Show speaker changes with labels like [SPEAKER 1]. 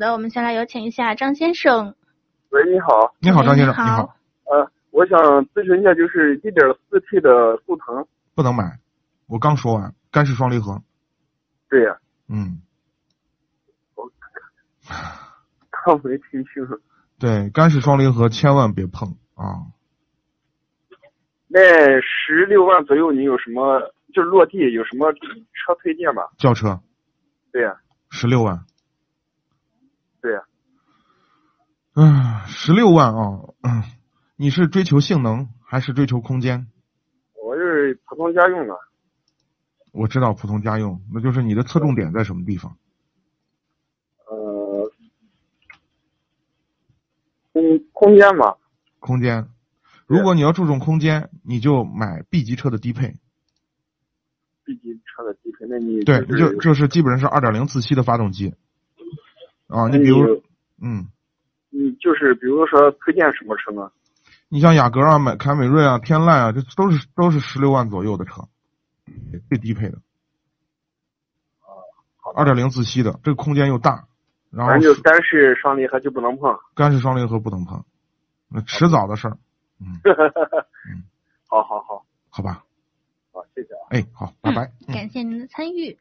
[SPEAKER 1] 的，我们先来有请一下张先生。
[SPEAKER 2] 喂，你好，
[SPEAKER 3] 你好，张先生，
[SPEAKER 1] 哎你好
[SPEAKER 3] 你好，
[SPEAKER 2] 呃，我想咨询一下，就是一点四 T 的速腾，
[SPEAKER 3] 不能买，我刚说完，干式双离合，
[SPEAKER 2] 对呀、
[SPEAKER 3] 嗯，
[SPEAKER 2] 刚没听清楚。
[SPEAKER 3] 对，干式双离合千万别碰啊，
[SPEAKER 2] 那十六万左右，你有什么就是落地有什么车推荐吗？
[SPEAKER 3] 轿车
[SPEAKER 2] 对呀、
[SPEAKER 3] 十六万，
[SPEAKER 2] 对呀、
[SPEAKER 3] 啊，十六万啊、嗯你是追求性能还是追求空间？
[SPEAKER 2] 我就是普通家用的，
[SPEAKER 3] 我知道普通家用，那就是你的侧重点在什么地方？
[SPEAKER 2] 呃，嗯，空间嘛，
[SPEAKER 3] 空间。
[SPEAKER 2] 对
[SPEAKER 3] 如果你要注重空间，你就买 B 级车的低配，
[SPEAKER 2] B 级车的低配，那你
[SPEAKER 3] 对，
[SPEAKER 2] 是
[SPEAKER 3] 就就是基本上是二点零自吸的发动机，啊，
[SPEAKER 2] 那
[SPEAKER 3] 你
[SPEAKER 2] 你
[SPEAKER 3] 比如，嗯，
[SPEAKER 2] 你就是比如说推荐什么车呢？
[SPEAKER 3] 你像雅阁啊、买凯美瑞啊、天籁啊，这都是都是十六万左右的车，最低配的。二点零自吸的，这个空间又大，然后
[SPEAKER 2] 反正就是干式双离合就不能碰。
[SPEAKER 3] 干式双离合不能碰，那迟早的事儿，
[SPEAKER 2] 好好好，
[SPEAKER 3] 好吧？
[SPEAKER 2] 好，谢谢啊。
[SPEAKER 3] 哎，好，拜拜。嗯
[SPEAKER 1] 感谢您的参与。